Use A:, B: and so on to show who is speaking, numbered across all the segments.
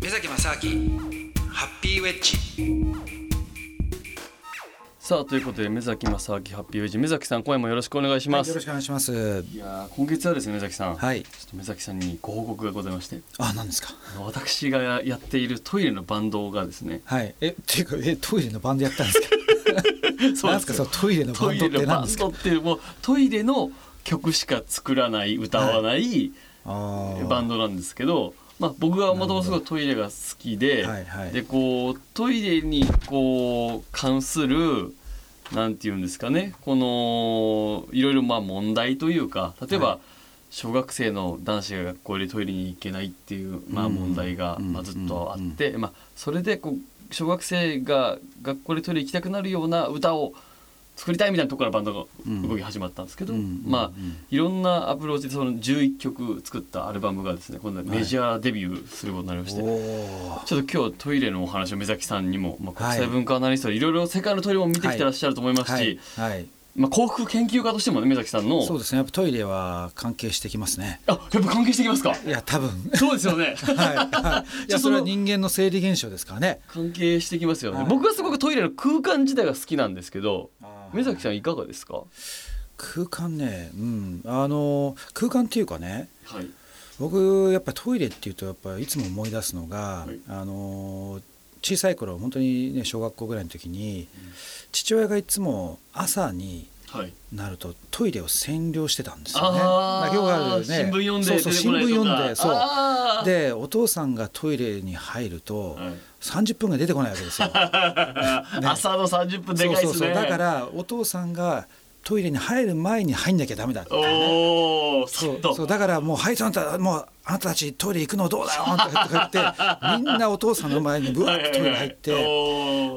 A: 目崎正明ハッピーウェッジ
B: さあということで目崎正明ハッピーウェッジ目崎さん今夜もよろしくお願いしま
C: はい
B: す、
C: よろしくお願いします。
B: い、やー今月はですね目崎さん、
C: はい。
B: ちょっと目崎さんにご報告がございまして
C: あ、なんですか。
B: あの私がやっているトイレのバンドがですね
C: はい。え、っていうか、え、トイレのバンドやったんです か。
B: そ
C: なんですか、そのトイレの
B: ト
C: バン
B: イ
C: ドっ
B: レ
C: て
B: の
C: 何
B: バ
C: です
B: ン
C: か。
B: ドっていうもうトイレの曲しか作らない歌わない
C: あー
B: バンドなんですけど、まあ、僕はもともとすごいトイレが好きで,、
C: はいはい
B: でこうトイレにこう関するなんていうんですかねこのいろいろまあ問題というか例えば、
C: はい
B: 小学生の男子が学校でトイレに行けないっていう、まあ、
C: うん
B: 問題が、
C: うん
B: まあ、ずっとあって、まあ、それでこう小学生が学校でトイレ行きたくなるような歌を作りたいみたいなところからバンドが動き始まったんですけど、
C: うん
B: まあ、
C: うん
B: いろんなアプローチでその11曲作ったアルバムがですね今度はメジャーデビューすることになりまして、
C: おー
B: ちょっと今日トイレのお話を目崎さんにも、まあ、
C: は
B: 国
C: い
B: 際文化アナリストでいろいろ世界のトイレも見てきてらっしゃると思いますし、
C: はい。はい。
B: まあ、幸福研究家としてもね目崎さんの
C: そうですね。やっぱトイレは関係してきますね。
B: あやっぱ関係してき ますか
C: いや、多分。
B: そうですよね
C: はい。はい。い
B: じゃあ
C: や、
B: そ
C: そ
B: の
C: れは人間の生理現象ですからね。
B: 関係してきますよね、
C: はい
B: 僕はすごくトイレの空間自体が好きなんですけど
C: あー
B: 目崎さんいかがですか
C: 空間ね、うん、あの空間っていうかね。
B: はい
C: 僕やっぱトイレっていうとやっぱいつも思い出すのが、
B: はい
C: あの小さい頃本当にね小学校ぐらいの時に、父親がいつも朝に
B: はい
C: なるとトイレを占領してたんですよね。
B: あ
C: だから
B: ー
C: よくあるよね。
B: 新聞読んで
C: そうそう
B: 出て
C: 新聞
B: こないとか
C: 読んでそう。
B: あー
C: でお父さんがトイレに入ると
B: はい
C: 30分が出てこないわけです よ。
B: 朝の30分でかいです
C: そ
B: ね
C: うそうそう。だからお父さんがトイレに入る前に入んなきゃダメだって。
B: おお、さ
C: そ
B: っ
C: う
B: と。
C: そうだからもう「はいそなたもうあなたたちトイレ行くのどうだよ」とか言ってみんなお父さんの前にブワッとトイレ入って
B: お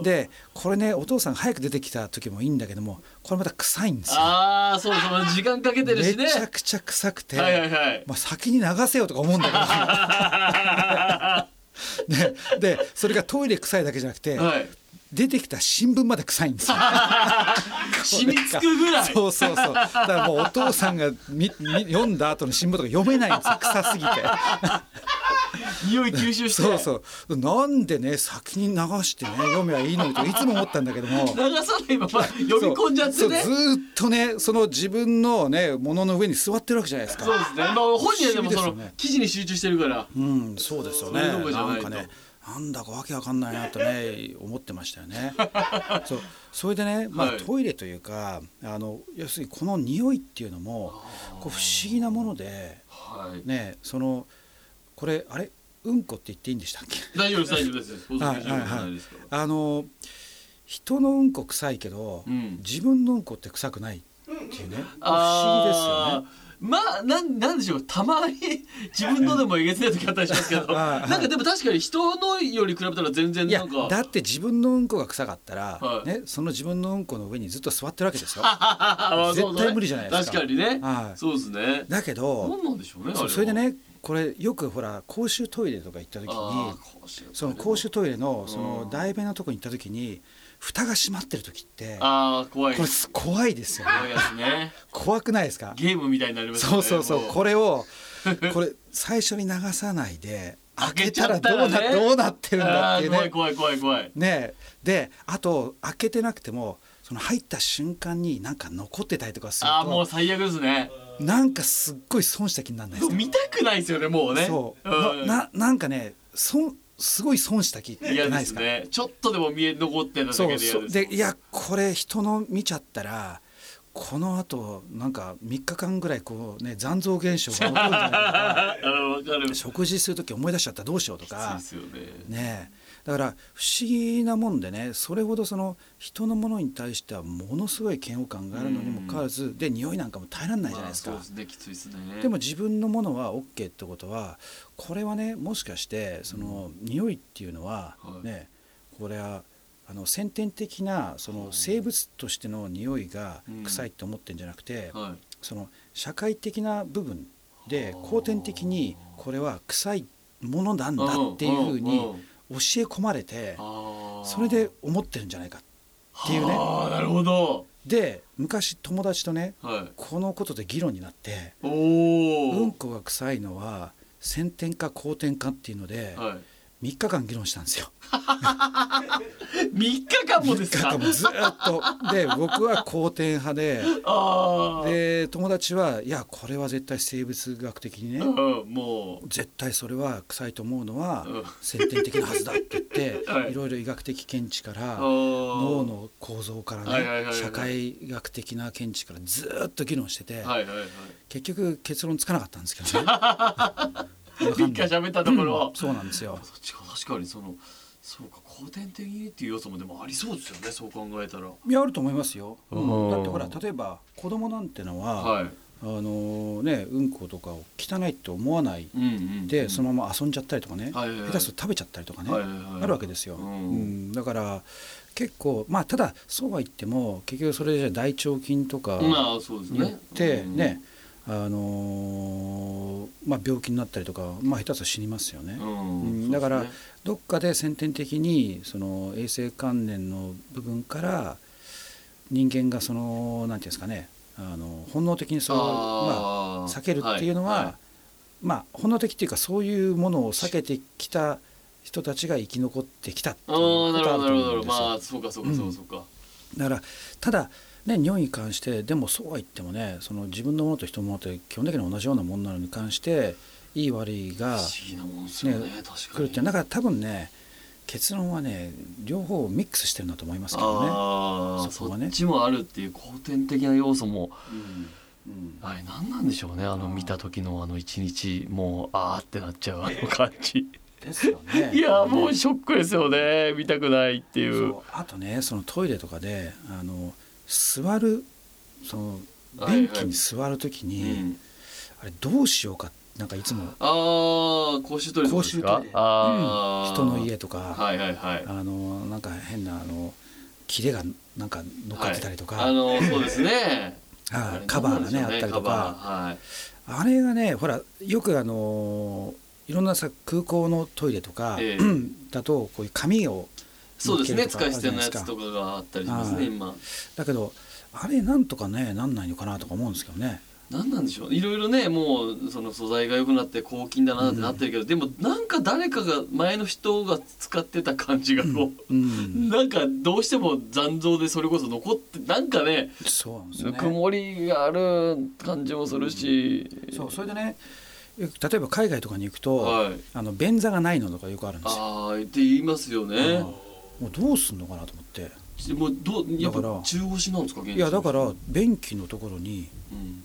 B: ー
C: でこれねお父さんが早く出てきた時もいいんだけどもこれまた臭いんですよ
B: ああ、そうそう、時間かけてる
C: め
B: しね。
C: ちゃくちゃ臭くて、
B: はいはいはい。
C: まあ、先に流せよとか思うんだ けどねでそれがトイレ臭いだけじゃなくて、
B: はい。
C: 出てきた新聞まで臭いんですよ。
B: 染みつくぐらい。
C: そうそうそう。だからもうお父さんがみみ読んだ後の新聞とか読めないんですよ。臭すぎて。
B: 匂い吸収して。
C: そうそうなんでね先に流してね読めばいいのにといつも思ったんだけども
B: 流さないまま呼び込んじゃって
C: そうそう
B: ね。そう
C: ずーっとねその自分のねものの上に座ってるわけじゃないですか
B: ですね。まあ本人はでも
C: 不思議です
B: そ
C: よね
B: の記事に集中してるから。
C: うんそうですよね
B: そういうとこじゃ
C: な
B: ない
C: ん
B: と
C: かねなんだかわけわかんないなとね思ってましたよ ねそうそれでね、まあ
B: はい
C: トイレというかあの要するにこの匂いっていうのもこう不思議なもので
B: はい。
C: ねそのこれあれうんこって言っていいんでしたっけ
B: 大丈夫です大丈夫です。放送
C: はいは
B: 禁止
C: い
B: 用じゃ
C: は
B: ない
C: い
B: ですから。
C: あの人のうんこ臭いけど、
B: うん
C: 自分のうんこって臭くないっていうね不思議ですよ
B: あ
C: ね
B: ーまあなんなんでしょうたまに自分のでもえげつない時あったりしますけど
C: はい
B: なんかでも確かに人のより比べたら全然
C: い
B: な
C: や
B: んか
C: だって自分のうんこが臭かったら、
B: はい
C: ね、その自分のうんこの上にずっと座ってるわけですよ
B: あまあそうね
C: 絶対無理じゃないですか
B: 確かにね、
C: はい
B: そうですね
C: だけ
B: な
C: ど
B: んなんでしょうねあ
C: そ
B: は
C: うそれでねこれよくほら公衆トイレとか行った時に
B: あー公衆トイレ
C: その公衆トイレのそ
B: うん
C: の台弁のとこに行った時に蓋が閉まってる時ってこ
B: あー怖い
C: れす怖いですよね
B: 怖いで すね
C: 怖くないですか
B: ゲームみたいになりますよ
C: そ
B: ね
C: うそうそう
B: も
C: これ をこれ最初に流さないで開
B: 開け
C: け
B: ちゃ
C: た
B: っ
C: ら
B: た
C: ど
B: ら
C: う
B: ね
C: などうなってるんだ
B: あ
C: ってい
B: ー
C: う
B: 怖い
C: ね。
B: 怖い怖い怖い
C: ねであと開けてなくてもその入った瞬間になんか残ってたりとかする
B: あーもう
C: と
B: 最悪ですね
C: なんかすっごい損した気にならないですか
B: 見たくないですよねもうね
C: そう、
B: ん
C: なななんかね損すごい損した気ない
B: 嫌で
C: です
B: す
C: か
B: ねちょっとでも見え残ってただけ
C: そ
B: で
C: う
B: 嫌
C: そう
B: です
C: でいやこれ人の見ちゃったらこのあとんか3日間ぐらいこうね残像現象が起こるんじゃないかな
B: あーわかる
C: 食事する時思い出しちゃったらどうしようとか
B: そうですよね
C: ねえだから不思議なもんでねそれほどその人のものに対してはものすごい嫌悪感があるのにもかかわらずで匂いなんかも耐えられないじゃないですか、
B: まあそうですねきついですね
C: でも自分のものは OK ってことはこれはねもしかしてその匂いっていうのは
B: はい
C: ね、これはあの先天的なその生物としての匂いが臭いって思ってんじゃなくて、
B: はい
C: その社会的な部分で
B: はあ
C: 後天的にこれは臭いものなんだっていうふうに教え込まれてそれで思ってるんじゃないか
B: って
C: いうね
B: あーなるほど
C: で昔友達とね
B: はい
C: このことで議論になって
B: おお
C: うんこが臭いのは先天か後天かっていうので、
B: はい
C: 3日間議論したんですよ。
B: 3日間もです
C: な
B: か
C: んかもうずーっとで僕は後天派で
B: ああ
C: で友達はいやこれは絶対生物学的にね
B: うんもう
C: 絶対それは臭いと思うのは
B: うん
C: 先天的なはずだって言って、
B: はい
C: い、ろいろ医学的見地から脳
B: 脳
C: の構造から
B: はいはいはいは
C: ね
B: い
C: 社会学的な見地からずーっと議論してて、
B: はいはいはい
C: 結局結論つかなかったんですけ どね。わか
B: 3
C: ん
B: 日
C: ない
B: 喋ったところ
C: そうなんですよ。
B: そっちか確かにそのそうか後天的にっていう要素もでもありそうですよねそう考えたら
C: いやあると思いますよ。う
B: うん
C: ん、だってほら例えば子供なんてのは、
B: はい
C: あのねうんことかを汚いって思わない
B: うんうん
C: でそのまま遊んじゃったりとかね、
B: はいはいはい
C: 下手すると食べちゃったりとかね、
B: はいはいはい
C: あるわけですよ、
B: うん
C: うんだから結構まあただそうは言っても結局それじゃ大腸菌とか
B: まあそうです
C: によっ
B: ね
C: て
B: うん
C: ね、あのーまあ、病気になったりとか、まあ、下手すると死にますよね。
B: うん
C: うんだから
B: そうですね
C: どっかで先天的にその衛生関連の部分から人間がそのなんていうんですかねあの本能的にそうまあ、避けるっていうのは、まあ、本能的っていうかそういうものを避けてきた人たたちが生き残ってきたっていう
B: ああな
C: こ
B: る
C: とあ
B: ほど
C: る
B: な
C: と思うんで
B: るほど
C: す
B: ま
C: よ
B: あそうかそうかそうかそうか
C: だからただね尿に関してでもそうは言ってもねその自分のものと人のものって基本的に同じようなものなのに関していい悪い
B: 不
C: が
B: 思議なもんですよね
C: ね
B: 確
C: 来
B: か
C: る
B: に
C: ってだから多分ね結論はね両方をミックスしてるんだと思いますけどね。
B: ああ
C: そ
B: そ
C: こはね
B: っちもあるっていう後天的な要素も
C: うん
B: あれ何なんでしょうねあの見た時のあの一日もうあーってなっちゃうあの感じ
C: ですよ ね。
B: いやーもうショックですよね見たくないってい
C: そううあとねそのトイレとかであの座るその
B: はいはい
C: 便器に座るときに、
B: うん
C: あれどうしようかなんかいつも
B: ああ公衆トイレとかですか
C: 公衆トイレ
B: あー
C: 人の家とか、
B: はいはいはい
C: あのなんか変なあの切れがなんか乗っかってたりとか、
B: はいあのそうですね
C: あカバーがねあったりとか
B: か
C: あれがねほらよくあのいろんなさ空港のトイレとか、
B: ええ
C: だとこういう紙を
B: そうです
C: 乗
B: ね
C: っけ
B: 使
C: る
B: い
C: と
B: 捨
C: かある
B: て
C: じゃない
B: のや
C: ですか
B: つとかがあったりします
C: は
B: ね
C: い
B: 今
C: だけどあれなんとかねなんないのかなとか思うんですけどね。
B: 何なんでしょういろいろねもうその素材が良くなって抗菌だなってなってるけど、でもなんか誰かが前の人が使ってた感じがこ
C: う
B: う、
C: ん、
B: なんかどうしても残像でそれこそ残ってなんかね
C: そうなんですよ
B: ぬ
C: ね。
B: くもりがある感じもするし、
C: そうそれでねよく例えば海外とかに行くと、
B: はい
C: あの便座がないのとかよくあるんですよ。
B: ああって言いますよね
C: もうどうすんのかなと思って
B: もうどうやっ
C: だか
B: ぱ
C: ら
B: 中腰なんですか現地
C: いやだか
B: う
C: ら
B: ん、
C: 便器のところに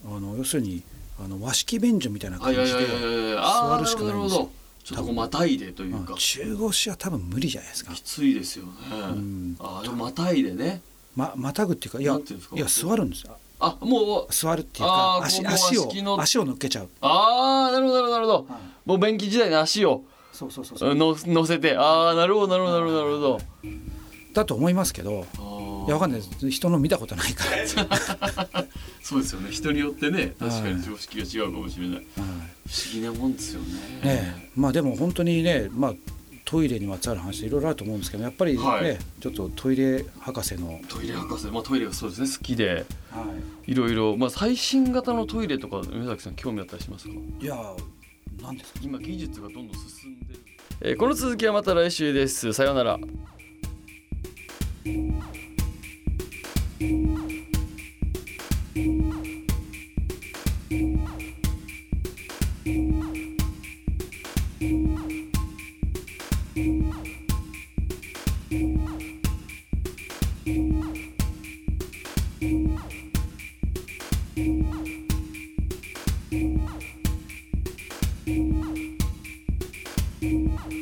C: あの要するにあの和式便所みたいな
B: あ
C: 感
B: い
C: じで
B: やいやいやいやいやあ
C: 座
B: あ
C: るしか
B: な
C: ない
B: る
C: ん
B: ほ
C: ですよ
B: ど。ちょっとこうまたいでという
C: う
B: か
C: ん、中腰は多分無理じゃないですか
B: き。ついですよね、
C: ん
B: ああでもまたいでね
C: ままたぐっていうかいや
B: なんていうんですか
C: いや座るんですよ。
B: あもう
C: 座るっていう
B: あ
C: か
B: ー
C: 足
B: こう
C: 足
B: 和
C: を
B: 式の
C: 足を乗っけちゃう。
B: ああなるほどなるほどなるほど、
C: はい
B: もう便器時代の足を
C: そうそうそうそう。
B: の乗せてああなるほどなるほどなるほどなるほど
C: だと思いますけど。
B: あー
C: いやわかんないです人の見たことないから、
B: そうですよね人によってね確か
C: は
B: に
C: い
B: 常識が違うかもしれない
C: うん
B: 不思議なもんですよね
C: ねえまあでも本当にね、まあ、トイレにまつわる話いろいろあると思うんですけどやっぱりね、
B: はい
C: ちょっとトイレ博士の、
B: トイレ博士まあトイレがそうですね好きでいろいろまあ最新型のトイレとか宮崎さん興味あったりしますか
C: い、やなんですか
B: 今技術がどんどん進んでる、えーこの続きはまた来週ですさようなら
D: 「